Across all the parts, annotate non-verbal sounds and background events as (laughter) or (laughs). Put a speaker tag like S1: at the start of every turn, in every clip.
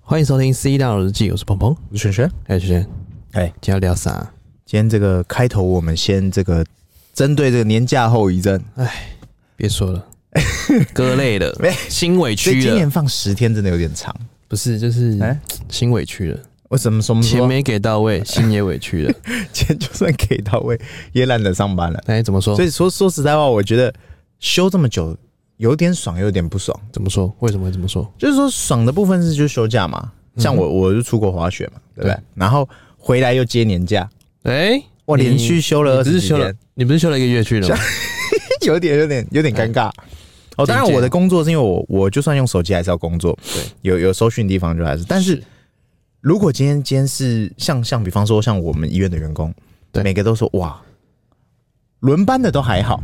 S1: 欢迎收听《C 大佬日记》，我是鹏鹏，
S2: 我是璇璇，
S1: 哎，轩轩，
S2: 哎
S1: 今天要聊啥？
S2: 今天这个开头我们先这个针对这个年假后遗症，
S1: 别说
S2: (laughs)
S1: 了，割累了
S2: 没，
S1: 心委
S2: 所以
S1: 屈
S2: 哎今
S1: 了，
S2: 年放十天真的有点长。
S1: 不是，就是
S2: 哎
S1: 心委屈了，
S2: 我怎么什么
S1: 钱
S2: 说？
S1: 没给到
S2: (laughs)
S1: 位，心也委屈了。
S2: 钱就算给到位，也懒得上班了。
S1: 哎，怎么说
S2: 所？以说说实在话，我觉得休这么久有点爽，有点不爽。
S1: 怎么说？为什么会这么说？
S2: 就是说爽的部分是就是休假嘛，像我我就出国滑雪嘛，嗯对不对
S1: 对？
S2: 然后回来又接年假，
S1: 哎，
S2: 我
S1: 你
S2: 连续休了
S1: 你
S2: 二
S1: 不是
S2: 十
S1: 休了
S2: 天，，
S1: 你不是休了一个月去了吗？
S2: (laughs) 有点有点有点尴尬。哦，当然
S1: 渐渐
S2: 我的工作是因为我我就算用手机还是要工作，
S1: 对，
S2: 有有搜寻地方就还是， (laughs) 但是如果今天今天是像像比方说像我们医院的员工，
S1: 对
S2: 每个都说哇，轮班的都还好，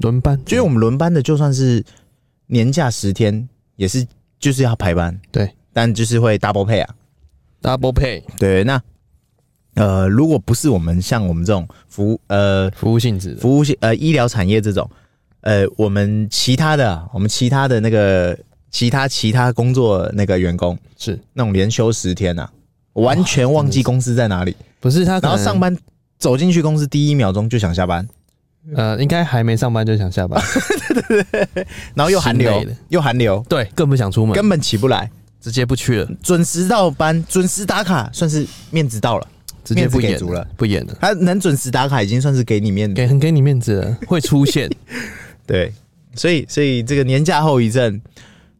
S1: 轮班，
S2: 就是我们轮班的就算是年假十天，也是就是要排班，
S1: 对，
S2: 但就是会 double pay 啊，
S1: double pay
S2: 对，那呃，如果不是我们像我们这种服务呃
S1: 服务性质的，
S2: 服务性呃医疗产业这种，呃，我们其他的啊我们其他的那个其他其他工作那个员工，
S1: 是
S2: 那种连休十天啊，完全忘记公司在哪里，
S1: 不是他可
S2: 啊然
S1: 能
S2: 后上班走进去公司第一秒钟就想下班，
S1: 呃，应该还没上班就想
S2: (laughs)
S1: 下班，
S2: 然后又寒
S1: 心
S2: 流
S1: 累嗯了，
S2: 又寒流，
S1: 对，更不想出门，
S2: 根本起不来，
S1: 直接不去了，
S2: 准时到班，准时打卡，算是面子到了。
S1: 直接不
S2: 面
S1: 演
S2: 子给足了，
S1: 不演了。
S2: 他能准时打卡，已经算是给你面子。
S1: 给很给你面子了，会出现。
S2: 对，所以所以这个年假后遗症，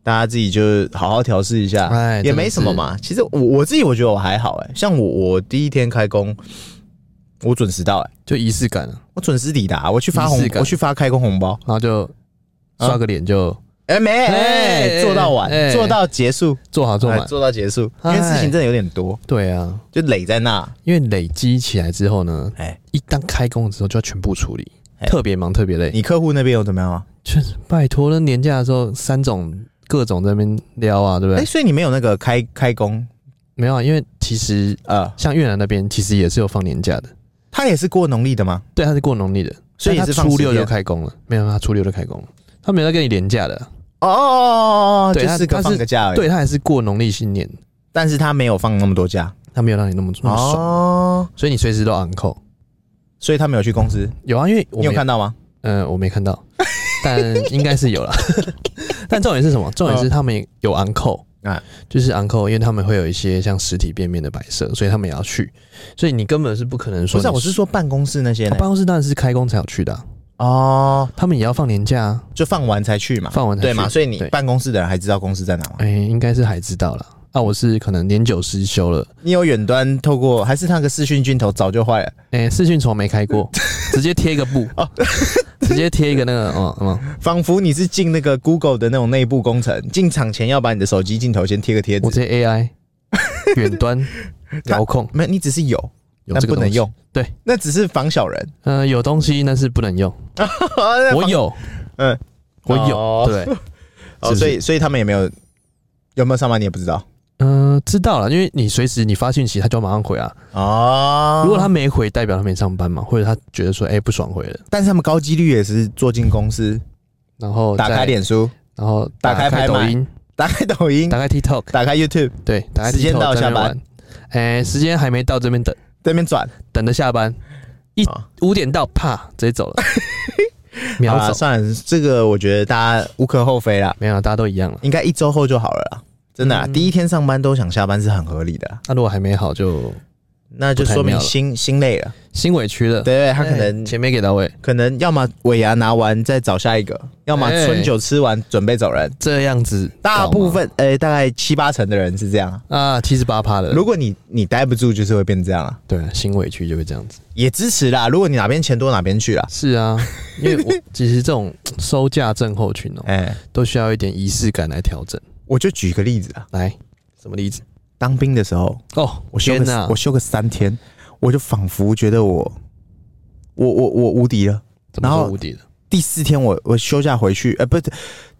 S2: 大家自己就好好调试一下，
S1: 哎
S2: 也没什么嘛。其实我我自己我觉得我还好哎、像我我第一天开工，我准时到哎、
S1: 就仪式感了，
S2: 我准时抵达，我去发
S1: 仪
S2: 红
S1: 式，感
S2: 我去发开工红包，
S1: 然后就
S2: 啊
S1: 刷个脸就
S2: 哎、没哎、
S1: 哎哎
S2: 做到晚，
S1: 哎
S2: 做到结束，
S1: 做好做
S2: 哎
S1: 满。
S2: 做到结束，因为
S1: 哎
S2: 事情真的有点多，
S1: 对啊，
S2: 就垒在那，
S1: 因为累积起来之后呢，
S2: 哎、
S1: 一旦开工之后就要全部处理，
S2: 哎
S1: 特别忙特别累。
S2: 你客户那边有怎么样啊？
S1: 就是拜托，那年假的时候三种各种在那边撩啊，对不
S2: 哎、
S1: 对？
S2: 所以你没有那个开开工，
S1: 没有啊，因为其实
S2: 呃，
S1: 像越南那边其实也是有放年假的，
S2: 他也是过农历的吗？
S1: 对，他是过农历的，
S2: 所
S1: 但
S2: 以也
S1: 他
S2: 是放
S1: 初
S2: 十
S1: 六就
S2: 天
S1: 开工了。没有，他初六就开工了，他没有在跟你年假的啊，
S2: 哦哦哦哦，哦
S1: 对
S2: 就
S1: 他
S2: 是个
S1: 他是
S2: 放个假而已。
S1: 对他还是过农历新年，
S2: 但是他没有放那么多假，
S1: 他没有让你那么那么爽，
S2: 哦，
S1: 所以你随时都 on call。
S2: 所以他没有去公司，
S1: 有啊，因为我
S2: 你嗯有
S1: 们
S2: 看到吗？
S1: 呃，我没看到，但应该是有了。 (laughs) 但重点是什么？重点是他们有 uncle
S2: 嗯啊
S1: 啊，就是 uncle，因为他们会有一些像实体店面的摆设，所以他们也要去。所以你根本是不可能说
S2: 不
S1: 你，
S2: 是啊，我是说办公室那些
S1: 啊、
S2: 呢
S1: 办。公室当然是开工才有去的啊、
S2: 哦，
S1: 他们也要放年假、啊，
S2: 就放完才去嘛，
S1: 放完才去
S2: 对嘛？所以你
S1: 对
S2: 办公室的人还知道公司在哪吗？
S1: 哎、应该是还知道了。啊，我是可能年久失修了，
S2: 你有远端透过，还是那个视讯镜头早就坏了？
S1: 哎、视讯床没开
S2: (laughs)
S1: 过，直接贴一个布，
S2: 哦
S1: 直接贴一个那个，哦，哦，
S2: (laughs) 仿佛你是进那个 Google 的那种内部工程，进场前要把你的手机镜头先贴个贴
S1: 我
S2: 纸，
S1: 直接 AI 远端遥控，
S2: 没有，你只是有，
S1: 有
S2: 但
S1: 这个
S2: 不能
S1: 东西
S2: 用。
S1: 对，
S2: 那只是防
S1: (laughs)
S2: 小人。
S1: 呃，有东西但是不能用。我有，
S2: 嗯，
S1: 我
S2: 哦
S1: 有，对，
S2: 哦，
S1: 是
S2: 所以所以他们也没有有没有上班，你也不知道
S1: 嗯，知道了，因为你随时你发讯息，他就要马上回啊。
S2: 哦
S1: 如果他没回，代表他没上班嘛，或者他觉得说，哎，不爽回了，
S2: 但是他们高几率也是坐进公司，
S1: 然后
S2: 打
S1: 再
S2: 开，脸书，
S1: 然后
S2: 打开拍
S1: 抖
S2: 卖
S1: 音，
S2: (laughs) 打开抖音，
S1: 打开 TikTok，
S2: 打开 YouTube，
S1: 对，打开
S2: 时间
S1: TikTok
S2: 到
S1: 在那边
S2: 下班
S1: 玩，哎，时间还没到，这边等，
S2: 这边转。
S1: 等着下班，一
S2: 啊
S1: 五点到，啪，直接走
S2: (laughs)
S1: 了，
S2: 好
S1: 秒走，
S2: 啦，啊算了，这个我觉得大家无可厚非啦，
S1: 没有，大家都一样了。
S2: 应该一周后就好了啦。真的啦，啊
S1: 嗯
S2: 第一天上班都想下班是很合理的啦，
S1: 啊那如果还没好，就
S2: 那就说
S1: 不太妙
S2: 明
S1: 了
S2: 心心累了。
S1: 心委屈了。
S2: 对，他可
S1: 哎
S2: 能
S1: 钱没给到位，
S2: 可能要么尾牙拿完再找下一个，要么
S1: 哎
S2: 春酒吃完准备走人。
S1: 这样子搞吗，
S2: 大部分呃，大概七八成的人是这样啊。
S1: 啊，七十八趴的，
S2: 如果你你待不住，就是会变这样啊。
S1: 对啊，心委屈就会这样子。
S2: 也支持啦，如果你哪边钱多哪边去啦。
S1: 是啊，因
S2: (laughs)
S1: 为我其实这种收价症候群哦、
S2: 哎、
S1: 都需要一点仪式感来调整。
S2: 我就举一个例子啊，
S1: 来，什么例子？
S2: 当兵的时候，
S1: 哦，
S2: 我休
S1: 天
S2: 个、
S1: 哪
S2: 我，休个三天，我就仿佛觉得我我我我无敌了。
S1: 怎么
S2: 然
S1: 说
S2: 后
S1: 无敌的？
S2: 第四天我我休假回去，呃，不是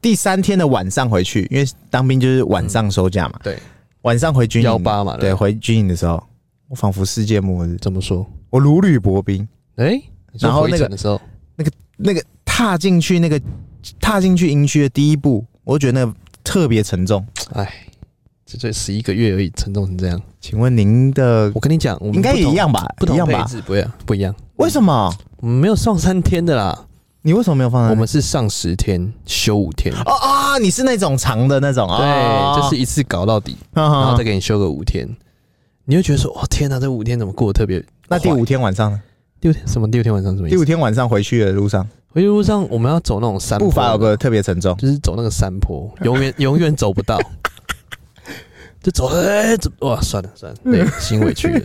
S2: 第三天的晚上回去，因为当兵就是晚上收假嘛，
S1: 嗯对，
S2: 晚上回军营
S1: 幺八嘛，
S2: 对，
S1: 对，
S2: 回军营的时候，我仿佛世界末日，
S1: 怎么说？
S2: 我如履薄冰。
S1: 哎、你说
S2: 然后
S1: 回
S2: 那个
S1: 程的时候，
S2: 那个踏进去那个踏进去营区的第一步，我觉得那个特别沉重，
S1: 哎、这这十一个月而已，沉重成这样。
S2: 请问您的
S1: 我跟你讲，我们
S2: 应该
S1: 不
S2: 也
S1: 同
S2: 一，样吧？
S1: 不
S2: 一
S1: 同
S2: 样
S1: 配
S2: 吧？
S1: 置，不一样，不一样。
S2: 为什么？
S1: 我们没有上三天的啦，
S2: 你为什么没有放在那
S1: 我们是上十天休五天，
S2: 嗯哦啊，你是那种长的那种啊？
S1: 对，就是一次搞到底，
S2: 嗯
S1: 然后
S2: 哼
S1: 再给你休个五天，你会觉得说，哇，天哪，这五天怎么过得特别快？
S2: 那第五天晚上呢？
S1: 第五天什么？第五天晚上是什么意
S2: 第
S1: 思？
S2: 五天晚上回去的路上，
S1: 回去路上我们要走那种山坡
S2: 步
S1: 的，
S2: 伐有个特别沉重。
S1: 就是走那个山坡，永远永远走不到， (laughs) 就走哎、走哇，算了算了，对，心委屈了。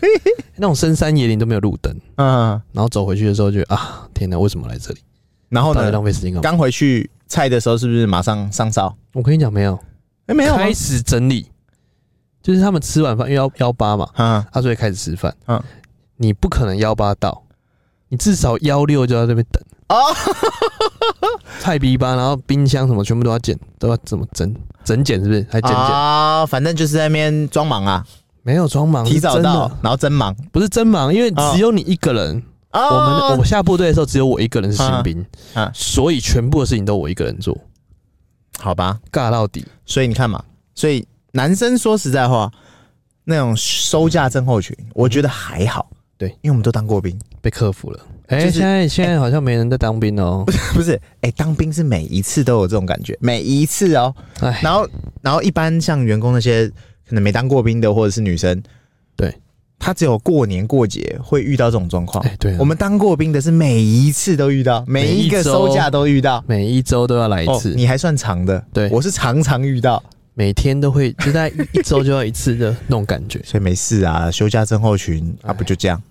S1: 那种深山野林都没有路灯，
S2: 嗯，
S1: 然后走回去的时候就啊，天哪，为什么来这里？
S2: 然后
S1: 到底
S2: 呢？
S1: 浪费时间干嘛？
S2: 刚回去菜的时候是不是马上上烧？
S1: 我跟你讲，没有，
S2: 哎，没有吗
S1: 开始整理，就是他们吃完饭，因为要幺八嘛，
S2: 嗯，
S1: 他啊所以开始吃饭。
S2: 嗯
S1: 嗯，你不可能幺八到，你至少幺六就要在那边等
S2: 哦
S1: 啊。 (laughs) 菜逼吧，然后冰箱什么全部都要剪，都要怎么整整剪是不是？还剪剪、
S2: 啊，反正就是在那边装忙啊，
S1: 没有装忙，
S2: 提早
S1: 是真的
S2: 到，嗯然后真忙。
S1: 不是真忙，因为只有你一个人。
S2: 啊
S1: 我们我下部队的时候，只有我一个人是新兵，
S2: 啊啊
S1: 所以全部的事情都我一个人做，
S2: 好吧，
S1: 尬到底。
S2: 所以你看嘛，所以男生说实在话，那种收假症候群，我觉得还好。
S1: 嗯对，
S2: 因为我们都当
S1: (laughs)
S2: 过兵，
S1: 被克服了。哎、
S2: 就是
S1: 现在现在好像没人在当兵哦。
S2: 不是？哎、当兵是每一次都有这种感觉，每一次哦。
S1: 哎，
S2: 然后，然后一般像员工那些可能没当过兵的，或者是女生，
S1: 对，
S2: 她只有过年过节会遇到这种状况。
S1: 哎，对、啊，
S2: 我们当过兵的是每一次都遇到，每一个
S1: 每一周
S2: 收假都遇到。
S1: 每一周都要来一
S2: 哦
S1: 次，，
S2: 你还算长的，
S1: 对
S2: 我是常常遇到，
S1: 每天都会，就在一周就要一次的那种感觉， (laughs)
S2: 所以没事啊。休假症候群啊，
S1: 哎
S2: 不就这样？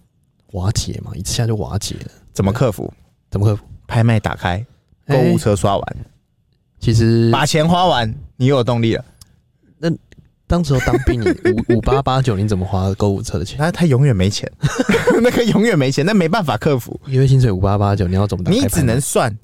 S1: 瓦解嘛，一下就瓦解了，
S2: 怎么克服？
S1: 怎么克服？
S2: 拍卖打开，购
S1: 哎
S2: 物车刷完，
S1: 其实
S2: 把钱花完，你又有动力了。
S1: 当时候当兵，你五五八八九，你怎么花购物车的钱？
S2: 他他永远没 (laughs) 钱，那个永远没钱，那没办法克服。
S1: 一个月薪水五八八九，你要怎么打开
S2: 你
S1: 盘呢？
S2: 只能算，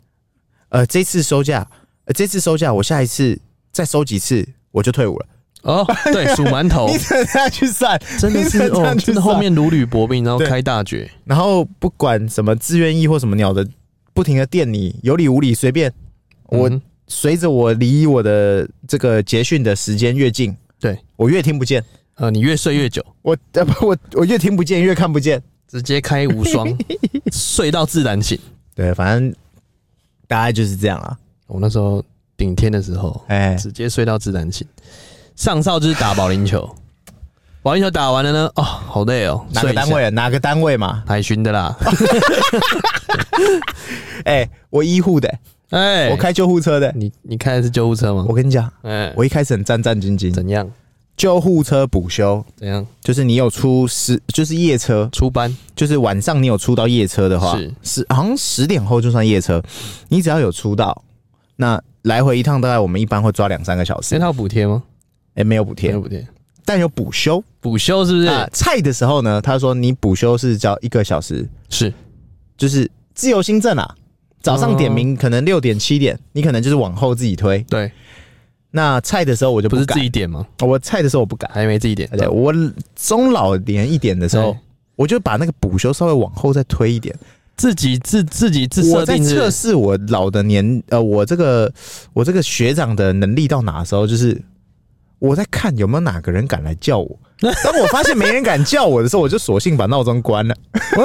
S2: 呃，这次收假，呃，这次收假，我下一次再收几次我就退伍 (laughs) 了。
S1: 哦，对，数馒头
S2: (laughs) 你，只能这样去算，
S1: 真的是
S2: 你只能这
S1: 哦
S2: 样，去
S1: 真的后
S2: 算
S1: 面如履薄冰，然后
S2: 对
S1: 开大绝，
S2: 然后不管什么自愿意或什么鸟的，不停的电你，有理无理随便。我
S1: 嗯
S2: 随着我离我的这个捷讯的时间越近，
S1: 对
S2: 我越听不见，
S1: 呃，你越睡越久，
S2: 我呃不我我越听不见越看不见。
S1: 直接开无
S2: (laughs)
S1: 双，睡到自然醒。
S2: 对，反正大概就是这样啦。
S1: 我那时候顶天的时候，
S2: 哎、
S1: 直接睡到自然醒。上哨就是打保龄球，保龄球打完了呢，哦，好累哦，
S2: 哪个单
S1: 睡一下？
S2: 位？啊哦哪个单位嘛？
S1: 海巡的啦，
S2: 哎、我医护的、
S1: 哎，
S2: 我开救护车的、
S1: 你你开的是救护车吗
S2: 我？跟你讲，
S1: 哎，
S2: 我一开始很战战兢兢。
S1: 怎样
S2: 救护车补休
S1: 怎样
S2: 就是你有出十，就是夜车，
S1: 出班？
S2: 就是晚上你有出到夜车的话，
S1: 是
S2: 十好像十点后就算夜车，你只要有出到，那来回一趟大概我们一般会抓两三个小时。
S1: 那他有补贴吗？
S2: 哎、没有补贴
S1: 有，补贴，
S2: 但有补休。
S1: 补休是不
S2: 啊
S1: 是？
S2: 菜的时候呢，他说你补休是只要一个小时，
S1: 是
S2: 就是自由新政啊。早上点名可能六点七点，你可能就是往后自己推。
S1: 对，
S2: 那菜的时候我就
S1: 不
S2: 不
S1: 是
S2: 敢，
S1: 自己点吗？
S2: 我菜的时候我不敢。
S1: 还没自己点
S2: 而且我中老年一点的时候
S1: 哎，
S2: 我就把那个补休稍微往后再推一点。
S1: 自己自自己自
S2: 我
S1: 设
S2: 在
S1: 定是
S2: 测试我老的年，呃，我这个我这个学长的能力到哪的时候，就是我在看有没有哪个人敢来叫我。当我发现没人敢叫我的时候，我就索性把闹钟关了。
S1: 喂，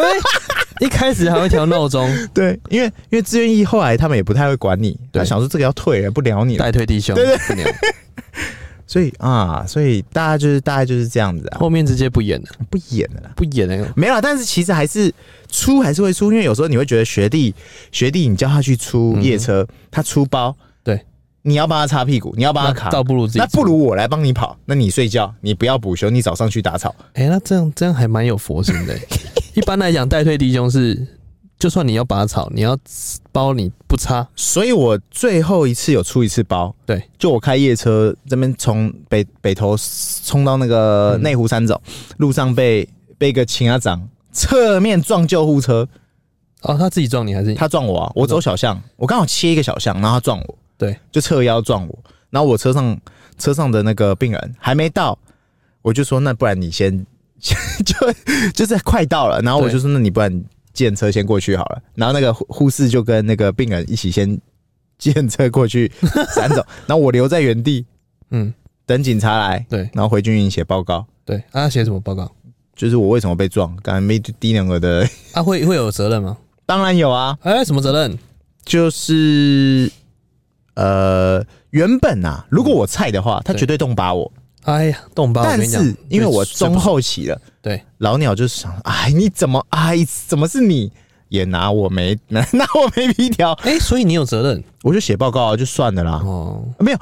S1: 一开始还会调闹
S2: (laughs)
S1: 钟，
S2: 对，因为因为志愿役后来他们也不太会管你，
S1: 对
S2: 他想说这个要退了，不聊你了。
S1: 代退弟兄，
S2: 对对
S1: 不鸟
S2: 所以啊，所以大家就是大概就是这样子啊，
S1: 后面直接不演了，
S2: 不演了啦。
S1: 不演了，
S2: 没有，但是其实还是出还是会出，因为有时候你会觉得学弟学弟，你叫他去出夜车，他出包，
S1: 嗯对，
S2: 你要帮他擦屁股，你要帮他卡
S1: 那，倒不如自己
S2: 那不
S1: 做
S2: 如我来帮你跑，那你睡觉，你不要补休，你早上去打草，
S1: 哎、那这样这样还蛮有佛心的欸。
S2: (laughs)
S1: 一般来讲，代退弟兄是，就算你要拔草，你要包你不插，
S2: 所以我最后一次有出一次包，
S1: 对，
S2: 就我开夜车这边从北北头冲到那个内湖山走，路上被被一个秦阿长侧面撞救护车，
S1: 哦，他自己撞你还是
S2: 他撞我啊，我走小巷，我刚好切一个小巷，然后他撞我，
S1: 对，
S2: 就侧腰撞我，然后我车上车上的那个病人还没到，我就说那不然你先 (laughs) 就就是快到了，然后我
S1: 对
S2: 就说那你不然见车先过去好了，然后那个护护士就跟那个
S1: (laughs)
S2: 病 (laughs) 人一起先见车过去闪走，然后我留在原地，
S1: 嗯，
S2: 等警察来，
S1: 对
S2: 然后回军营写报告，
S1: 对，啊，他写什么报告？
S2: 就是我为什么被撞，干没低能儿的， (laughs)
S1: 啊，会会有责任吗？
S2: 当然有啊，
S1: 哎、什么责任？
S2: 就是呃，原本啊，如果我菜的话，他绝对动把我，
S1: 哎呀，动包，我
S2: 但
S1: 跟你讲
S2: 是，因为我
S1: 最
S2: 中后期了，
S1: 对
S2: 老鸟就想，哎，你怎么，哎，怎么是你？也拿我没 (laughs) 拿我没皮条，
S1: 哎、所以你有责任
S2: 我就写报告啊，就算了啦。
S1: 哦。
S2: 没有，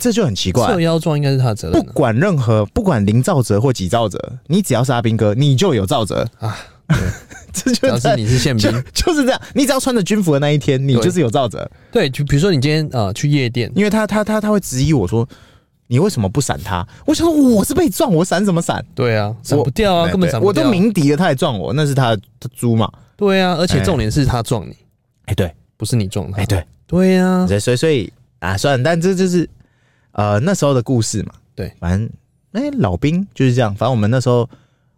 S2: 这就很奇怪
S1: 受。腰撞应该是他的责
S2: 不
S1: 任、啊、
S2: 管任何，不管零造责或几造责，你只要是阿兵哥，你就有造责
S1: 啊
S2: 啊。 (laughs) 这
S1: 只
S2: 就
S1: 要是
S2: 是
S1: 你是宪
S2: 就
S1: 兵，
S2: 就是这样，你只要穿着军服的那一天，你
S1: 对
S2: 就是有造责，
S1: 对，就比如说你今天啊、呃去夜店，
S2: 因为他他他他会质疑我说。你为什么不闪他？我想说我是被撞，我闪什么闪？哎
S1: 对啊，闪不掉啊，
S2: 对
S1: 根本闪不
S2: 我
S1: 掉、
S2: 都鸣笛了，他还撞我，那是他的他猪嘛？
S1: 对啊，而且重点是他撞你，
S2: 哎、对，
S1: 不是你撞他。
S2: 哎、 (laughs) 对，
S1: 对啊，
S2: 所以所以所以啊，算了，但这就是呃那时候的故事嘛。
S1: 对，
S2: 反正哎、老兵就是这样。反正我们那时候，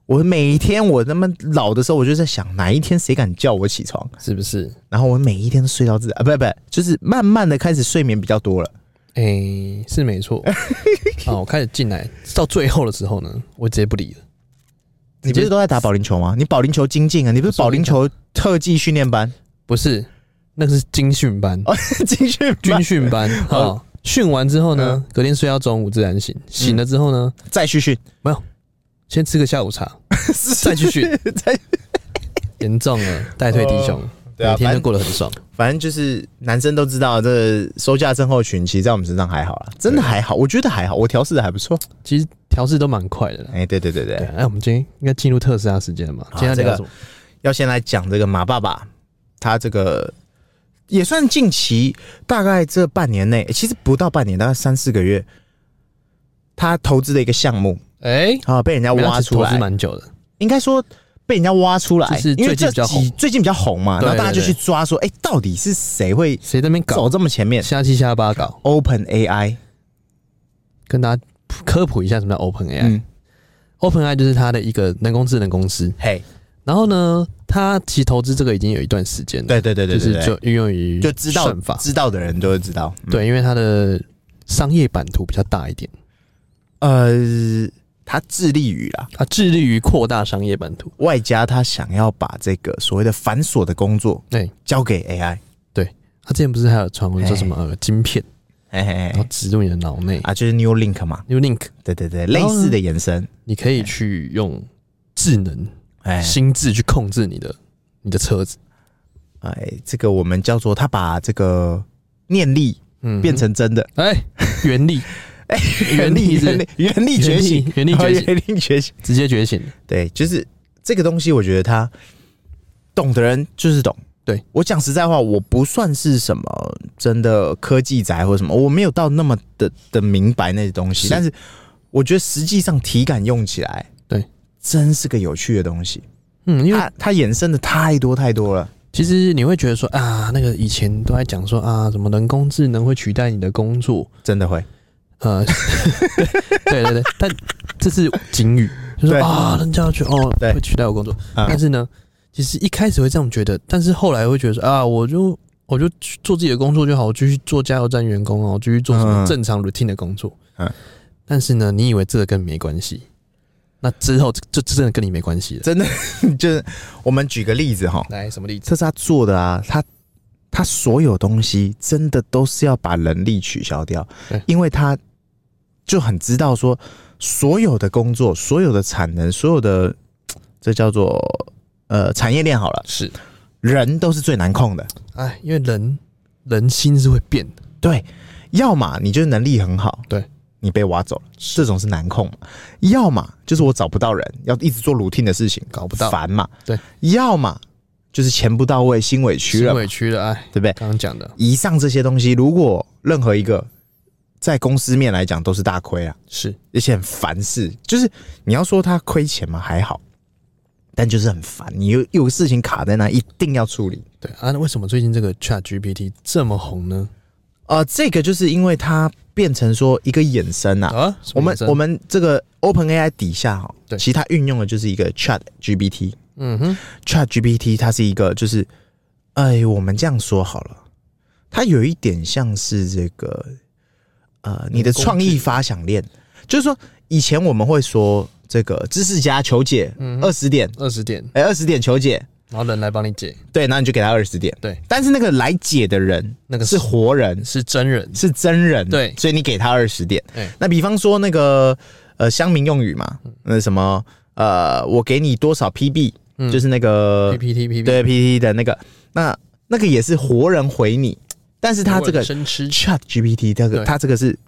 S2: 我每一天我他妈老的时候，我就在想哪一天谁敢叫我起床，
S1: 是不是？
S2: 然后我每一天都睡到自然啊，不不，就是慢慢的开始睡眠比较多了。
S1: 哎、是没
S2: (laughs)
S1: 错。啊，我开始进来到最后的时候呢，我直接不理了。
S2: 你不是都在打保龄球吗？你保龄球精进啊，你不是保龄球特技训练班、
S1: 不是，那个是军训班，
S2: 哦 (laughs) 军训
S1: 军
S2: 班
S1: 训班
S2: 哦
S1: 啊。训完之后呢，
S2: 嗯
S1: 隔天睡到中午自然醒，醒了之后呢，
S2: 再去 (laughs) 训，
S1: 先吃个下午
S2: (laughs)
S1: 茶，再去训，
S2: 再
S1: 严重了，带退弟兄，
S2: 对啊
S1: 每天都
S2: 反正
S1: 过得很爽。
S2: 反正就是男生都知道，这收假症候群其实在我们身上还好啦，真的还好，我觉得还好，我调试的还不错。
S1: 其实调试都蛮快的啦。
S2: 哎、对对对对
S1: 对，，哎，我们今天应该进入特斯拉时间了嘛？今天要
S2: 这
S1: 聊
S2: 个
S1: 什么？
S2: 要先来讲这个马爸爸，他这个也算近期，大概这半年内，其实不到半年，大概三四个月，他投资的一个项目
S1: 哎，
S2: 啊，被人家
S1: 没有
S2: 挖出
S1: 投资
S2: 来，
S1: 蛮久的，
S2: 应该说被人家挖出来，
S1: 就是
S2: 因
S1: 最
S2: 为
S1: 近
S2: 这
S1: 比较
S2: 几
S1: 红
S2: 最近比较红嘛，
S1: 对
S2: 然后大家就
S1: 对
S2: 去
S1: 对
S2: 抓说，哎、到底是谁会
S1: 谁在那边搞
S2: 走这么前面
S1: 瞎七瞎八搞？
S2: ？Open AI，
S1: 跟大家科普一下什么叫 Open AI。
S2: 嗯，
S1: Open AI 就是它的一个人工智能公司。
S2: 嘿，
S1: 然后呢，它其实投资这个已经有一段时间了，
S2: 对对对对
S1: 就
S2: 对
S1: 是
S2: 对，
S1: 就运用于
S2: 就知道
S1: 算法。
S2: 知道的人就会知道，嗯，
S1: 对，因为它的商业版图比较大一点，
S2: 呃，他致力于啦。
S1: 它致力于扩大商业版图。
S2: 外加他想要把这个所谓的繁琐的工作
S1: 对，
S2: 交给 AI，
S1: 它之前不是还有传闻说什
S2: 哎
S1: 么呃晶片，
S2: 嘿嘿
S1: 然后
S2: 嘿，
S1: 植入你的脑内
S2: 啊，就是 New Link 嘛，
S1: ，New Link，
S2: 对对对，
S1: 然
S2: 类
S1: 后呢
S2: 似的延伸，
S1: 你可以去用智能
S2: 哎
S1: 心智去控制你的你的车子，
S2: 哎，这个我们叫做他把这个念力
S1: 嗯，
S2: 变成真的，
S1: 哎原力，
S2: (laughs) 哎，
S1: 原力是
S2: (laughs) 原力原力觉醒，
S1: 原力原力觉醒
S2: 哦原力觉醒，
S1: 直接觉醒，
S2: 对，就是这个东西，我觉得他懂的人就是懂。
S1: 对
S2: 我讲实在话，我不算是什么真的科技宅或者什么，我没有到那么的的明白那些东西，
S1: 是
S2: 但是我觉得实际上体感用起来，
S1: 对，
S2: 真是个有趣的东西。
S1: 嗯，因为
S2: 它它衍生的太多太多了，
S1: 其实你会觉得说啊，那个以前都在讲说啊，什么人工智能会取代你的工作，
S2: 真的会。 (laughs)
S1: 呃， (laughs) 对对对，但这是警语，就说
S2: 对
S1: 啊，人家要去哦，
S2: 对
S1: 会取代我工作，
S2: 啊
S1: 但是呢，其实一开始会这样觉得，但是后来会觉得说啊，我就。我就去做自己的工作就好，我继续做加油站员工哦，我继续做什么
S2: 嗯
S1: 正常 routine 的工作。
S2: 嗯
S1: 但是呢，你以为这个跟你没关系，那之后就就真的跟你没关系了。
S2: 真的就是我们举个例子哈，
S1: 来，什么例子？
S2: 特斯拉做的啊，它它所有东西真的都是要把人力取消掉
S1: 对，
S2: 因为它就很知道说，所有的工作、所有的产能、所有的这叫做呃产业链好了，
S1: 是，
S2: 人都是最难控的。
S1: 哎，因为人人心是会变的，
S2: 对，要么你就是能力很好，
S1: 对
S2: 你被挖走了，这种是难控嘛；要么就是我找不到人，要一直做 routine 的事情，
S1: 搞不到
S2: 烦嘛；
S1: 对，
S2: 要么就是钱不到位，心委屈
S1: 心
S2: 了嘛，
S1: 委屈了，哎，
S2: 对不对？
S1: 刚刚讲的
S2: 以上这些东西，如果任何一个在公司面来讲都是大亏啊，
S1: 是
S2: 而且很烦事。就是你要说他亏钱嘛，还好，但就是很烦，你有有事情卡在那，一定要处理。
S1: 对啊。那为什么最近这个 Chat GPT 这么红呢？
S2: 呃，这个就是因为它变成说一个衍生啊。
S1: 啊，
S2: 我们
S1: 什么
S2: 我
S1: 原因
S2: 们这个 Open AI 底下哈，
S1: 对
S2: 其实它运用的就是一个 Chat GPT。
S1: 嗯哼，
S2: Chat GPT 它是一个就是，哎，我们这样说好了，它有一点像是这个，呃你的创意发想链，就是说以前我们会说这个知识家求解
S1: 嗯
S2: 二十点，
S1: 二十点，
S2: 哎、二十点求解，
S1: 然后人来帮你解，
S2: 对，然后你就给他二十点，
S1: 对，
S2: 但是那个来解的人
S1: 那个
S2: 是
S1: 是
S2: 活人，
S1: 是真人，哎
S2: 是真人，
S1: 对
S2: 所以你给他二十点。
S1: 对
S2: 那比方说那个呃乡民用语嘛，那什么呃，我给你多少 PB，、
S1: 嗯
S2: 就是那个
S1: PPT PPT，
S2: 呃对 PPT 的那个，那那个也是活人回你，但是他这个
S1: 生吃
S2: Chat GPT 这个
S1: 对
S2: 他这个是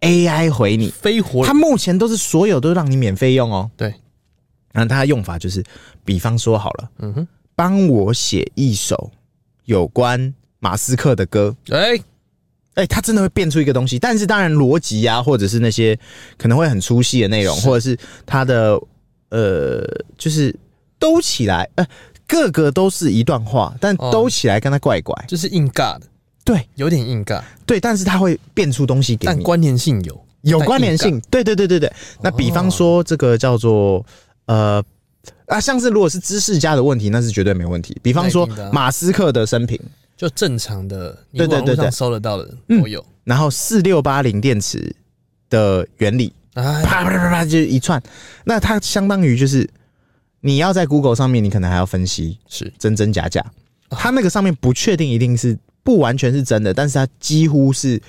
S2: AI 回你，
S1: 非活
S2: 它
S1: 人，
S2: 目前都是所有都让你免费用哦。
S1: 对，
S2: 然后它的用法就是，比方说好了，
S1: 嗯哼，
S2: 帮我写一首有关马斯克的歌。
S1: 哎，
S2: 哎、它真的会变出一个东西，但是当然逻辑啊，或者是那些可能会很粗细的内容，
S1: 是
S2: 或者是它的呃，就是兜起来，呃，个个都是一段话，但
S1: 哦
S2: 兜起来跟它怪怪，
S1: 就是硬尬的，
S2: 对，
S1: 有点硬尬，
S2: 对，但是它会变出东西给
S1: 但
S2: 你，
S1: 关联性有，
S2: 有
S1: 但
S2: 关联
S1: 硬尬
S2: 性，对对对对
S1: 哦
S2: 对。那比方说这个叫做呃。啊，像是如果是知识家的问题，那是绝对没问题。比方说
S1: 那一定的啊
S2: 马斯克的生平，
S1: 就正常的，你
S2: 对对
S1: 网络
S2: 对嗯对
S1: 上搜得到的都有，
S2: 然后四六八零电池的原理，
S1: 哎，
S2: 啪啪啪啪就是一串。那它相当于就是你要在 Google 上面，你可能还要分析
S1: 是
S2: 真真假假。
S1: 啊
S2: 它那个上面不确定一定是不完全是真的，但是它几乎是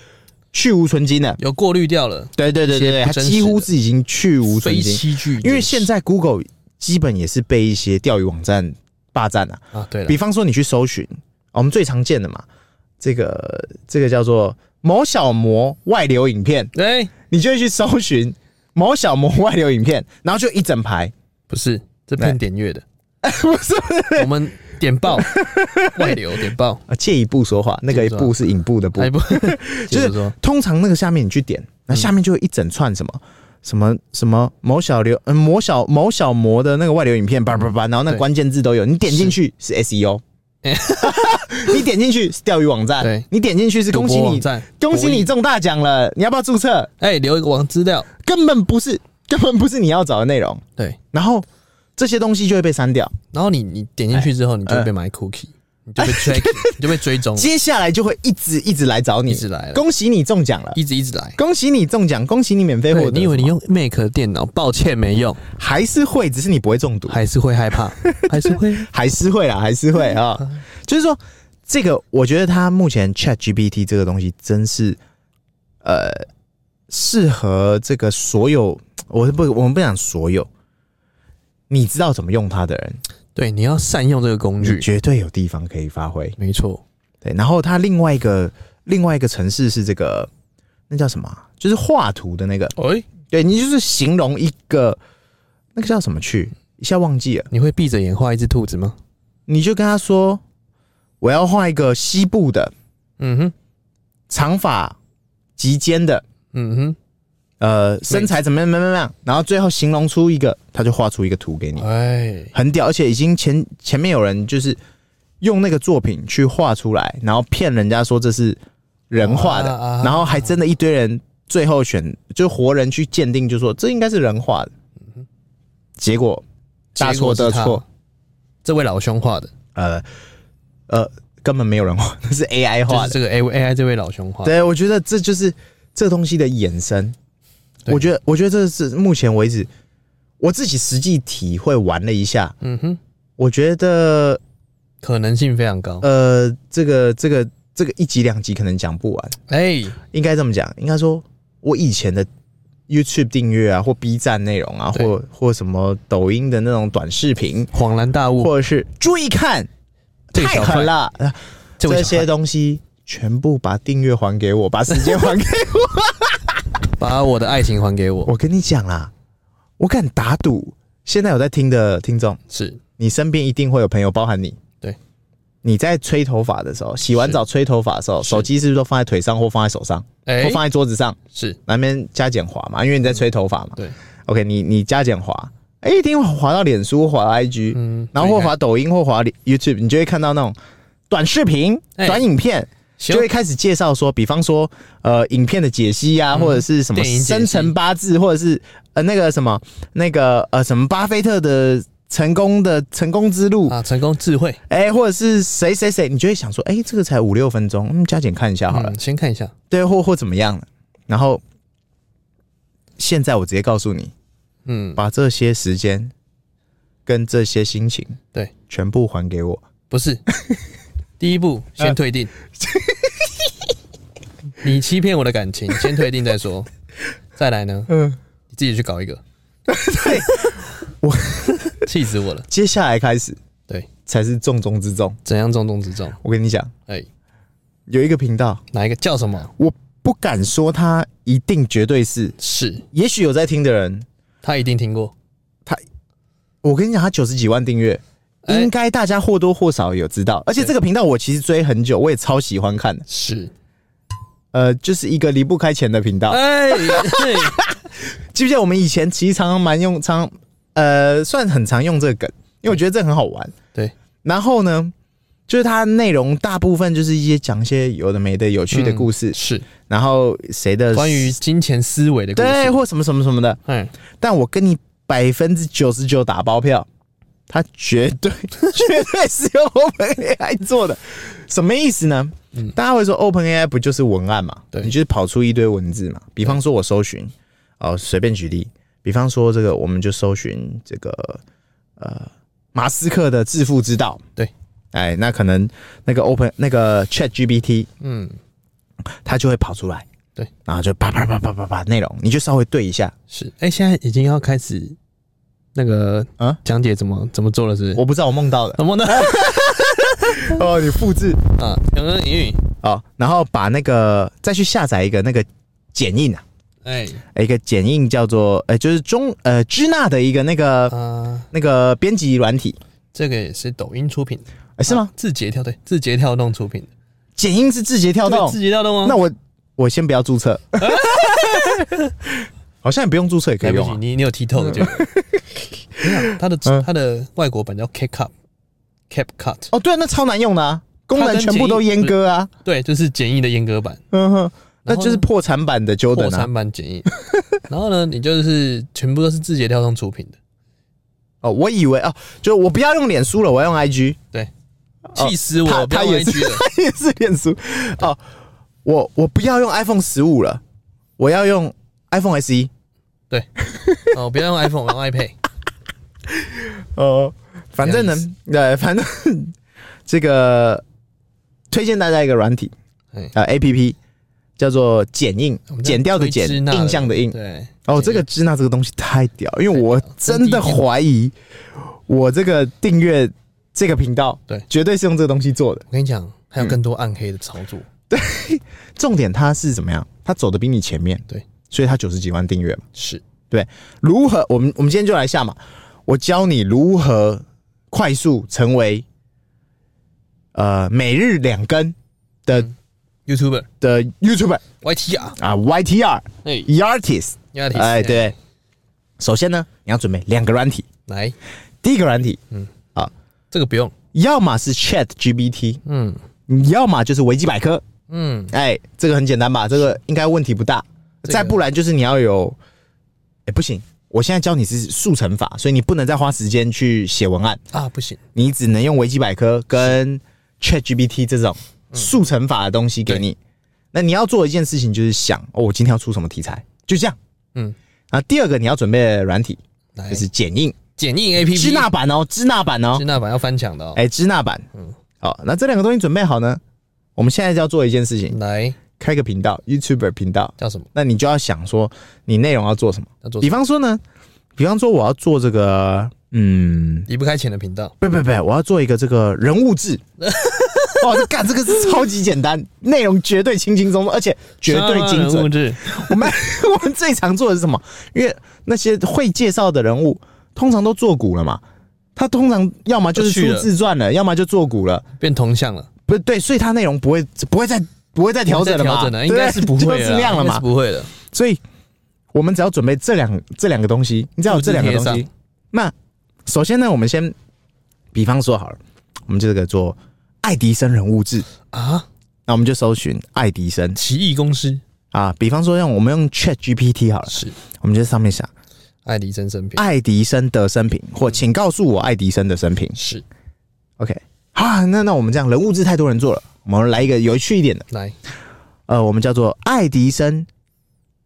S2: 去无存金的。
S1: 有过滤掉了，
S2: 对对对对对，
S1: 一些
S2: 它
S1: 不真实的
S2: 几乎是已经去无存
S1: 非
S2: 金，
S1: 戏剧，
S2: 因为现在 Google 基本也是被一些钓鱼网站霸占啊。
S1: 啊，对了
S2: 比，方说你去搜寻，哦我们最常见的嘛，这个这个叫做某小模外流影片，
S1: 哎，
S2: 你就会去搜寻某小模外流影片，然后就一整排，
S1: 不是，这
S2: 来
S1: 骗点阅的，
S2: 不是
S1: 我们点爆外流点爆，
S2: 啊，借一步说话，那个一步是影步的步
S1: 哎，不，嗯
S2: 就
S1: 就是是说
S2: 通常那个下面你去点，那下面就会一整串什么。什么什么某小流嗯某小某小模的那个外流影片叭叭叭，然后那
S1: 对
S2: 关键字都有，你点进去是 SEO，
S1: 哎
S2: (laughs) 你点进去是钓鱼网站
S1: 对，
S2: 你点进去是
S1: 赌
S2: 恭喜
S1: 博网
S2: 你
S1: 站，
S2: 恭喜
S1: 博弈
S2: 你，中大奖了，你要不要注册？
S1: 哎，留一个网资料，
S2: 根本不是根本不是你要找的内容，
S1: 对，
S2: 然后这些东西就会被删掉，
S1: 然后你你点进去之后，你就会被埋 cookie，你就被 track，你就被追
S2: (laughs)
S1: 踪，
S2: 接下来就会一直一直来找你，
S1: 一直来了
S2: 恭喜你中奖了，
S1: 一直一直来。
S2: 恭喜你中奖，恭喜你免费获
S1: 对，
S2: 得。
S1: 你以为你用 Mac 的电脑，抱歉没用，
S2: 还是会，只是你不会中毒，
S1: 还是会害怕，还是会
S2: 还是会啦，还
S1: (laughs)
S2: 是会啊、就是说，这个我觉得它目前 Chat GPT 这个东西真是，呃，适合这个所有，我是不，我们不讲所有，你知道怎么用它的人，
S1: 对，你要善用这个工
S2: 你
S1: 具，
S2: 绝对有地方可以发挥。
S1: 没错，
S2: 对，然后它另外一个另外一个城市是这个，那叫什么啊？就是画图的那个，
S1: 哎，
S2: 对你就是形容一个那个叫什么去，一下忘记了。
S1: 你会闭着眼画一只兔子吗？
S2: 你就跟他说，我要画一个西部的
S1: 嗯哼，
S2: 长发及肩的，
S1: 嗯哼。
S2: 呃，身材怎么样怎么样怎么样，然后最后形容出一个，他就画出一个图给你，
S1: 哎，
S2: 很屌，而且已经前前面有人就是用那个作品去画出来，然后骗人家说这是人画的，
S1: 啊啊啊
S2: 然后还真的一堆人最后选就活人去鉴定，就说这应该是人画的，
S1: 嗯
S2: 结果大错特
S1: 结果是
S2: 错
S1: 他，这位老兄画的，
S2: 呃呃，根本没有人画， (laughs) 那是 AI
S1: 就
S2: 画
S1: 是
S2: 的。
S1: 这个 A A I 这位老兄画的。
S2: 对，我觉得这就是这东西的衍生。
S1: 对
S2: 我觉得，我觉得这是目前为止我自己实际体会玩了一下，
S1: 嗯哼，
S2: 我觉得
S1: 可能性非常高。
S2: 呃，这个这个这个一集两集可能讲不完，
S1: 哎，
S2: 应该这么讲，应该说我以前的 YouTube 订阅啊，或 B 站内容啊，
S1: 对
S2: 或或什么抖音的那种短视频，
S1: 恍然大悟，
S2: 或者是注意看，
S1: 哦这个
S2: 太
S1: 小
S2: 狠
S1: 块
S2: 了，呃
S1: 这位
S2: 这
S1: 小
S2: 些
S1: 孩
S2: 东西全部把订阅还给我，把时间还给我。
S1: 把我的爱情还给 (laughs) 我。
S2: 我跟你讲啦，我敢打赌，现在有在听的听众，
S1: 是，
S2: 你身边一定会有朋友，包含你。
S1: 对，
S2: 你在吹头发的时候，洗完
S1: 是
S2: 澡吹头发的时候，
S1: 是
S2: 手机是不是都放在腿上或放在手上，
S1: 哎
S2: 或，放在桌子上，
S1: 是
S2: 那边
S1: 嗯
S2: 加减滑嘛？因为你在吹头发嘛。
S1: 对，
S2: OK，你你加减滑，哎、一定滑到脸书，滑到 IG，、
S1: 嗯
S2: 然后或
S1: 厉害
S2: 滑抖音或滑 YouTube，你就会看到那种短视频、
S1: 哎
S2: 短影片。
S1: 行
S2: 就会开始介绍说，比方说，呃，影片的解析啊，或者是什
S1: 嗯
S2: 么
S1: 电影解析
S2: 生辰八字，或者是呃那个什么那个呃什么巴菲特的成功的成功之路，
S1: 啊，成功智慧。
S2: 哎、或者是谁谁谁，你就会想说，哎、这个才五六分钟，嗯，加减看一下好了，
S1: 嗯，先看一下，
S2: 对，或或怎么样了。然后现在我直接告诉你，
S1: 嗯，
S2: 把这些时间跟这些心情，
S1: 对，
S2: 全部还
S1: (laughs)
S2: 给我。
S1: 不是。第一步，先退
S2: (laughs)
S1: 订。你欺骗我的感情，先退订再
S2: (laughs)
S1: 说。再来呢，
S2: 嗯，
S1: 你自己去搞一个，
S2: 对，
S1: 气死我了。
S2: 接下来开始
S1: 对，
S2: 才是重中之重。
S1: 怎样重中之重？
S2: 我跟你讲，
S1: 哎、
S2: 有一个频道，
S1: 哪一个叫什么？
S2: 我不敢说它一定绝对是，
S1: 是
S2: 也许有在听的人，
S1: 他一定听过。
S2: 我跟你讲，它九十几万订阅。
S1: 哎
S2: 应该大家或多或少有知道，而且这个频道我其实追很久，我也超喜欢看的。
S1: 是，
S2: 呃，就是一个离不开钱的频道。 (laughs)
S1: 哎、嘿
S2: 记不记得我们以前其实常常蛮用常呃算很常用这个梗，因为我觉得这很好玩。
S1: 对，
S2: 然后呢，就是它内容大部分就是一些讲一些有的没的有趣的故 (laughs) 事，
S1: 是
S2: 然后谁的
S1: 嗯关于金钱思维的故
S2: 对
S1: 事。
S2: 或什么什么什么的。
S1: 哎，
S2: 但我跟你百分之九十九打包票，它
S1: (laughs)
S2: 绝对绝对是用 OpenAI 做的。什么意思呢？
S1: 嗯
S2: 大家会说 OpenAI 不就是文案嘛？
S1: 对
S2: 你就是跑出一堆文字嘛。比方说，我搜寻，哦，随便举例，比方说这个，我们就搜寻这个，呃，马斯克的致富之道。
S1: 对，
S2: 哎，那可能那个 Open 那个 ChatGPT，
S1: 嗯，
S2: 它就会跑出来。
S1: 对，
S2: 然后就啪啪啪啪啪啪内容，你就稍微对一下。
S1: 是。哎、现在已经要开始那个
S2: 啊
S1: 讲解怎么怎么做了，是不是？
S2: 我哎不知道我梦到
S1: (laughs)
S2: 的
S1: 怎么呢？
S2: 哦，你复制
S1: 啊，两个人英语，
S2: 哦，然后把那个再去下载一个那个剪映啊，
S1: 哎、
S2: 一个剪映叫做呃，就是中呃支那的一个那个、
S1: 啊、
S2: 那个编辑软体、
S1: 这个也是抖音出品的，
S2: 呃是吗
S1: 啊？？字节跳对，字节跳动出品的，
S2: 剪映是字节跳
S1: 啊对
S2: 动
S1: 字，节跳动吗？
S2: 那我我先不要注册， (laughs) 好像也不用注册也可
S1: 来
S2: 以
S1: 不
S2: 用
S1: 及，
S2: 啊。
S1: 你你有剔透的就。 (laughs) 没有它的
S2: 嗯
S1: 它的外国版叫 Kick Up，Cap Cut，
S2: 哦，对啊，那超难用的啊，功
S1: 它
S2: 能
S1: 跟
S2: 全部都
S1: 剪映
S2: 阉割啊，
S1: 对，就是简易的阉割版，
S2: 嗯哼，那
S1: 然后呢
S2: 就是破产版的
S1: 破
S2: Jordan 啊
S1: 产。版简易。 (laughs) 然后呢，你就是全部都是字节跳动出品的，
S2: 哦，我以为哦，就我不要用脸书了，我要用 IG。
S1: 气死
S2: 他
S1: 我！不要
S2: 他哦也
S1: 玩
S2: 是
S1: IG 了，
S2: (laughs) 他也是脸书哦。我我不要用 iPhone 十五了，我要用 iPhone E SE。
S1: 哦，不要用 iPhone，用 iPad。
S2: 哦，反正呢，对，反正这个推荐大家一个软体
S1: 哎，
S2: 呃 APP，叫做剪映
S1: 我，们叫
S2: 剪掉的剪，
S1: 推支那的
S2: 印象的印。
S1: 对，
S2: 哦，这个支那这个东西太屌，因为我真的怀疑我这个订阅这个频道，
S1: 对
S2: 绝对是用这个东西做的。
S1: 我跟你讲，还有更多暗黑的操作。
S2: 嗯重点它是怎么样？它走的比你前面，
S1: 对，
S2: 所以它九十几万订阅嘛。
S1: 是，
S2: 如何？我们我们今天就来下嘛，我教你如何快速成为呃每日两更的、
S1: 嗯 YouTuber
S2: 的 YouTuber
S1: YTR，
S2: 啊，YTR
S1: 哎，
S2: e artist，
S1: 亚提斯
S2: 哎，，对。首先呢，你要准备两个软体，
S1: 来，
S2: 第一个软体
S1: 嗯这个不用，
S2: 要么是 Chat GPT，
S1: 嗯
S2: 要么就是维基百科，
S1: 嗯，
S2: 哎，这个很简单吧？这个应该问题不大。
S1: 这个
S2: 再不然就是你要有，哎，不行，我现在教你是速成法，所以你不能再花时间去写文案。
S1: 啊，不行，
S2: 你只能用维基百科跟 ChatGPT 这种
S1: 嗯
S2: 速成法的东西给你。那你要做一件事情，就是想哦，我今天要出什么题材，就这样。
S1: 嗯，哎
S2: 啊，第二个你要准备的软体
S1: 来
S2: 就，是剪映
S1: 简易 APP，
S2: 支那版哦，支那版哦
S1: 支，那版要翻墙的哦。
S2: 哎，支那版。嗯，好，那这两个东西准备好呢，我们现在就要做一件事情，
S1: 来，
S2: 开个频道，YouTuber 频道。
S1: 叫什么？
S2: 那你就要想说，你内容要做什么？
S1: 要做
S2: 比
S1: 什么
S2: 方说呢，比方说我要做这个，嗯，
S1: 离不开钱的频道。
S2: 不不不，我要做一个这个人物志。
S1: (laughs)
S2: 哇，这干这个是超级简单，内容绝对轻轻松松，而且绝对精
S1: 啊人物
S2: 准。
S1: 志，
S2: 我们 (laughs) 我们最常做的是什么？因为那些会介绍的人物通常都做古了嘛，他通常要么就是
S1: 都去
S2: 出
S1: 了
S2: 自传了，要么就做古了，
S1: 变同向了，
S2: 不是对，所以他内容不会不会再不会再调整了嘛，
S1: 调整了，应该是不
S2: 对
S1: 会
S2: 就是
S1: 了啦，
S2: 那样了
S1: 应该
S2: 嘛
S1: 是。不会了。
S2: 所以我们只要准备这两这两个东西，你只要有这两个
S1: 复
S2: 东
S1: 制贴
S2: 西。那首先呢，我们先比方说好了，我们这个做爱迪生人物志，
S1: 啊，
S2: 那我们就搜寻爱迪生
S1: 奇异公司
S2: 啊。比方说用我们用 Chat GPT 好了，
S1: 是
S2: 我们就在上面想
S1: 爱迪生生平，
S2: 爱迪生的生平，或请告诉我爱迪生的生平。
S1: 是
S2: OK，啊，那那我们这样人物志太多人做了，我们来一个有趣一点的，
S1: 来
S2: 呃，我们叫做爱迪生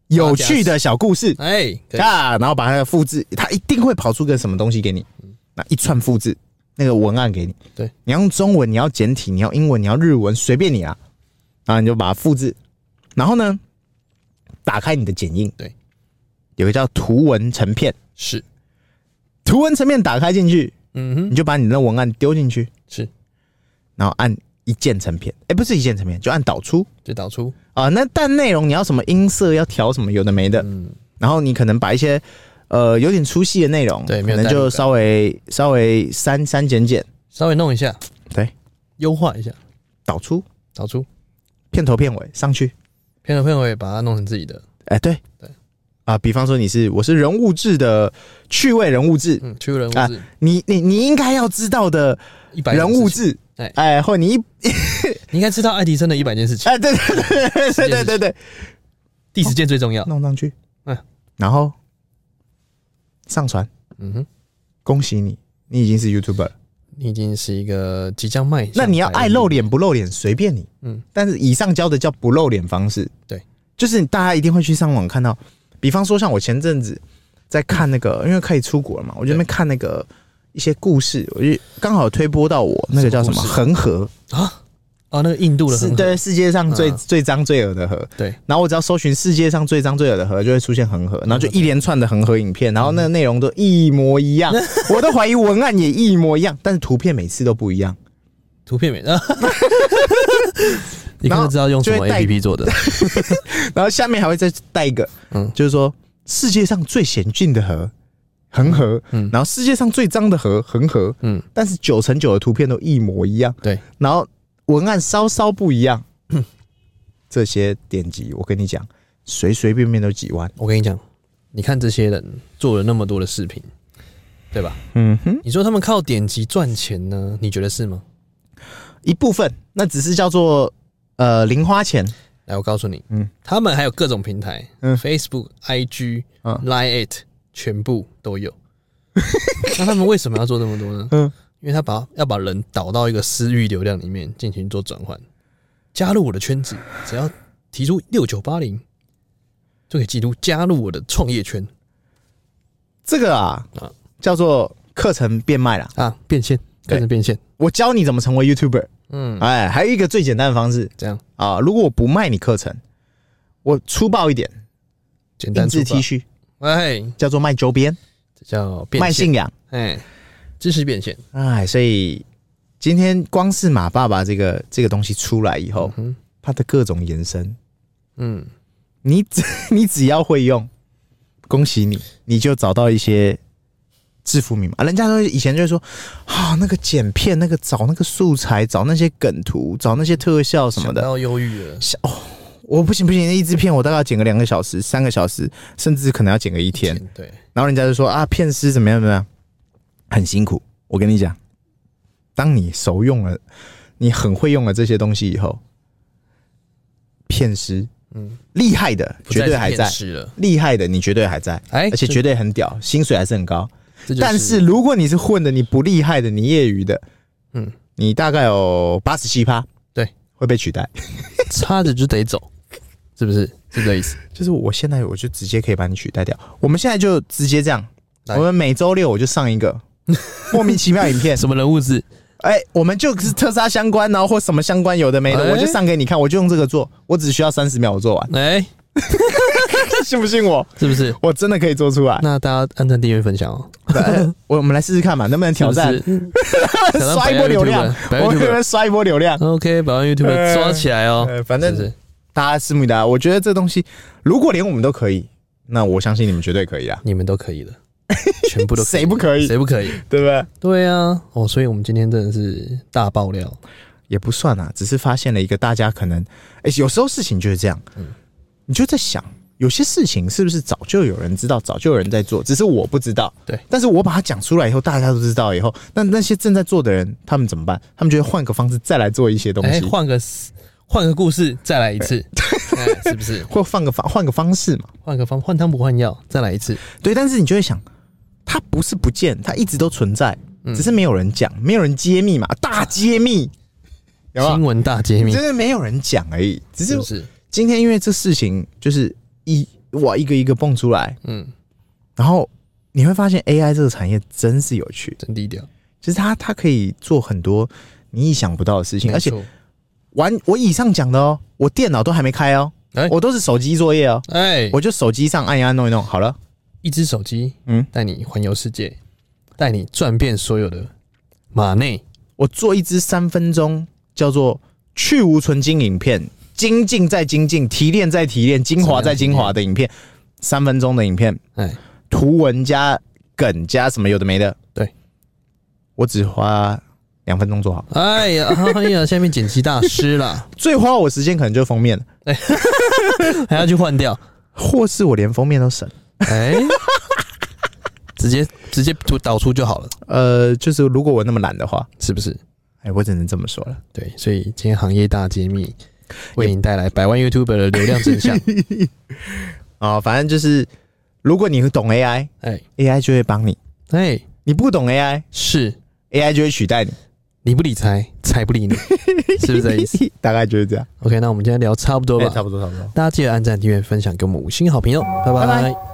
S2: 有趣的小故事
S1: 哎，可以
S2: 啊，然后把它的复制，它一定会跑出个什么东西给你，那一串复制那个文案给你。
S1: 对，
S2: 你要用中文，你要简体，你要英文，你要日文，随便你啦。然后你就把它复制，然后呢，打开你的剪映，
S1: 对，
S2: 有个叫图文成片，
S1: 是，
S2: 图文成片打开进去，
S1: 嗯哼，
S2: 你就把你的文案丢进去，
S1: 是，
S2: 然后按一键成片，哎、不是一键成片，就按导出
S1: 就导出，
S2: 啊、那但内容你要什么音色要调什么，有的没的，
S1: 嗯，
S2: 然后你可能把一些呃有点粗细的内容，
S1: 对没
S2: 可
S1: 有
S2: 能
S1: 代入
S2: 就
S1: 感
S2: 稍微稍微删删减减，
S1: 稍微弄一下，
S2: 对，
S1: 优化一下，
S2: 导出
S1: 导出，
S2: 片头片尾上去，
S1: 片头片尾把它弄成自己的，
S2: 哎、对
S1: 对
S2: 啊，比方说你是我是人物志的趣味人物志，
S1: 嗯，去人物
S2: 啊
S1: 志
S2: 你你你应该要知道的
S1: 一百
S2: 人物
S1: 件事情，
S2: 志，
S1: 哎
S2: 哎、或你一
S1: 你应该知道爱迪生的一百件事情，
S2: 哎、对对对对对对对对，
S1: 第十件最重要，
S2: 弄上去，嗯
S1: 嗯，
S2: 然后上传，
S1: 嗯哼，
S2: 恭喜你，你已经是 YouTuber 了。
S1: 你已经是一个即将迈向，
S2: 那你要爱露，脸不露脸随便你，嗯
S1: 嗯，
S2: 但是以上教的叫不露脸方式，
S1: 对，
S2: 就是大家一定会去上网看到，比方说像我前阵子在看那个，因为可以出国了嘛，我就在那边看那个一些故事，我就刚好推播到我那个叫什么
S1: 什么故事
S2: 恒河，
S1: 啊啊，那个印度的
S2: 是
S1: 很好
S2: 对世界上最、
S1: 嗯
S2: 最脏最恶的河，
S1: 对，
S2: 然后我只要搜寻世界上最脏最恶的河，就会出现恒河，
S1: 嗯
S2: 然后就一连串的恒河影片，然后那个内容都一模一
S1: (laughs)
S2: 样，我都怀疑文案也一模一样，但是图片每次都不一样。
S1: 图片美，
S2: (laughs)
S1: 啊你
S2: 然
S1: 看
S2: 后
S1: 就知道用什
S2: 就
S1: 么
S2: 会带
S1: APP 做的，
S2: 然后下面还会再带一个，嗯
S1: 嗯，
S2: 就是说世界上最险峻的河，恒河，嗯
S1: 嗯，
S2: 然后世界上最脏的河，恒河，
S1: 嗯，
S2: 但是九成九的图片都一模一样，
S1: 对，
S2: 然后文案稍稍不
S1: (coughs)
S2: 一样，这些点击我跟你讲，随随便便都几万，
S1: 我跟你讲，你看这些人做了那么多的视频，对吧？
S2: 嗯哼，
S1: 你说他们靠点击赚钱呢？你觉得是吗？
S2: 一部分那只是叫做呃零花钱，
S1: 来，我告诉你，
S2: 嗯
S1: 嗯，他们还有各种平台，
S2: 嗯
S1: 嗯，Facebook、IG、
S2: 嗯
S1: Line It，全部都
S2: (laughs)
S1: 有。那他们为什么要做这么多呢？
S2: 嗯
S1: 嗯，因为他把要把人导到一个私域流量里面进行做转换，加入我的圈子，只要提出六九八零，就可以记录加入我的创业圈
S2: 这个啊
S1: 啊
S2: 叫做课程变卖啦，
S1: 啊，变现，
S2: 对
S1: 跟着变现，
S2: 我教你怎么成为 YouTuber，
S1: 嗯，
S2: 哎，还有一个最简单的方式，
S1: 这样
S2: 啊，如果我不卖你课程，我粗暴一点，
S1: 简
S2: 定
S1: 单粗
S2: 制
S1: 暴
S2: T 恤
S1: 哎，
S2: 叫做卖周边、
S1: 这叫
S2: 卖
S1: 变现，
S2: 信仰。
S1: 哎，知识变现，
S2: 哎，所以今天光是马爸爸这个这个东西出来以后，
S1: 嗯
S2: 它的各种延伸，
S1: 嗯，
S2: 你 (laughs) 只你只要会用，恭喜你，你就找到一些。致富密码啊，人家都以前就会说，啊，那个剪片，那个找那个素材，找那些梗图，找那些特效什么
S1: 想
S2: 的，
S1: 到忧郁了，
S2: 想哦，我不行不行，一支片我大概要剪个两个小时、三个小时，甚至可能要剪个一天。
S1: 对，
S2: 然后人家就说啊，骗师怎么样怎么样，很辛苦。我跟你讲，当你熟用了，你很会用了这些东西以后，骗师
S1: 嗯，
S2: 厉害的
S1: 不
S2: 绝对
S1: 再
S2: 还
S1: 是
S2: 在
S1: 骗，师了。
S2: 厉害的你绝对还在，
S1: 哎，
S2: 而且绝对很屌，薪水还是很高。
S1: 这就 (laughs)
S2: 但是如果你是混的，你不厉害的，你业余的，
S1: 嗯，
S2: 你大概有八十七趴，
S1: 对，
S2: 会被取代。
S1: 插着就得走，是不是？是这意
S2: (laughs)
S1: 思？
S2: 就是我现在我就直接可以把你取代掉。我们现在就直接这样，
S1: 来
S2: 我们每周六我就上
S1: (laughs)
S2: 一个莫名其妙影片，
S1: 什么人物志？
S2: 哎、我们就是特斯拉相关，然后或什么相关有的没的，
S1: 哎
S2: 我就上给你看，我就用这个做，我只需要三十秒我做
S1: (laughs)
S2: 完，
S1: 哎、
S2: 信不信我？
S1: 是不
S2: (laughs)
S1: 是？
S2: 我真的可以做出来。
S1: 那大家按赞、订阅、分享哦，
S2: 哎我我们来试试看嘛，能不能挑战
S1: 是
S2: (laughs)
S1: 不是挑战
S2: 刷一
S1: 百
S2: 波
S1: 万
S2: 流量
S1: YouTuber，？百
S2: 我
S1: 万
S2: 们能不能刷一波流量？
S1: YouTuber，OK，百万 YouTuber
S2: 呃
S1: 抓起来哦。
S2: 呃反正
S1: 是不是
S2: 大家拭目以待。我觉得这东西，如果连我们都可以，那我相信你们绝对可以啊，
S1: 你们都可以
S2: (laughs)
S1: 的，全部都可以
S2: 谁不可以？
S1: 谁不可以？
S2: 对不对？
S1: 对啊，哦，所以我们今天真的是大爆料，
S2: 也不算啊，只是发现了一个大家可能，哎、有时候事情就是这样，
S1: 嗯
S2: 你就在想，有些事情是不是早就有人知道，早就有人在做，只是我不知道。
S1: 对
S2: 但是我把它讲出来以后，大家都知道以后，那那些正在做的人，他们怎么办？他们就会换个方式再来做一些东
S1: 哎，
S2: 西，
S1: 换个思换个故事再来一次，
S2: (laughs)
S1: 哎、是不是？
S2: 或换个方换个方式嘛。
S1: 换个方换汤不换药再来一次，
S2: 对，但是你就会想，它不是不见，它一直都存在，
S1: 嗯
S2: 只是没有人讲，没有人揭秘嘛，大揭秘，有
S1: 新
S2: 吗？
S1: 闻大揭秘
S2: 只，是没有人讲而已，只
S1: 是
S2: 是
S1: 不是？
S2: 今天因为这事情就是一哇一个一个蹦出来，
S1: 嗯，
S2: 然后你会发现 AI 这个产业真是有趣，
S1: 真低调，
S2: 就是它它可以做很多你意想不到的事情，而且
S1: 没错
S2: 完我以上讲的哦，我电脑都还没开哦，
S1: 哎
S2: 我都是手机作业哦，
S1: 哎，
S2: 我就手机上按一按弄一弄好了。
S1: 一只手机，
S2: 嗯
S1: 嗯，带你环游世界，带你转遍所有的马内，
S2: 我做一支三分钟叫做去无存精影片，精进再精进，提炼再提炼，精华再精华的影片，三分钟的影片，
S1: 哎，
S2: 图文加梗加什么有的没的。
S1: 对，
S2: 我只花两分钟做好，
S1: 哎呀， (laughs) 哎呀，下面剪辑大师 (laughs) 啦，
S2: 最花我时间可能就是封面，
S1: 还要去换掉，
S2: 或是我连封面都省。
S1: 哎，直接直接就导出就好了，
S2: 呃，就是如果我那么懒的话，
S1: 是不是？
S2: 哎、我只能这么说了。
S1: 对，所以今天行业大揭秘为您带来百万 YouTuber 的流量真 (laughs) 相，
S2: 啊、反正就是如果你懂 AI，AI
S1: 哎
S2: 就会帮你；
S1: 哎，
S2: 你不懂 AI，AI
S1: 是
S2: 就会取代你， (laughs)
S1: 你不理财，财不理你，是不是这意 (laughs) 思
S2: 大概就是这样。
S1: ？OK，那我们今天聊差不多
S2: 哎
S1: 吧，
S2: 不多，差不多。
S1: 大家记得按赞、订阅、分享给我们五星好评哦，拜
S2: 拜
S1: 拜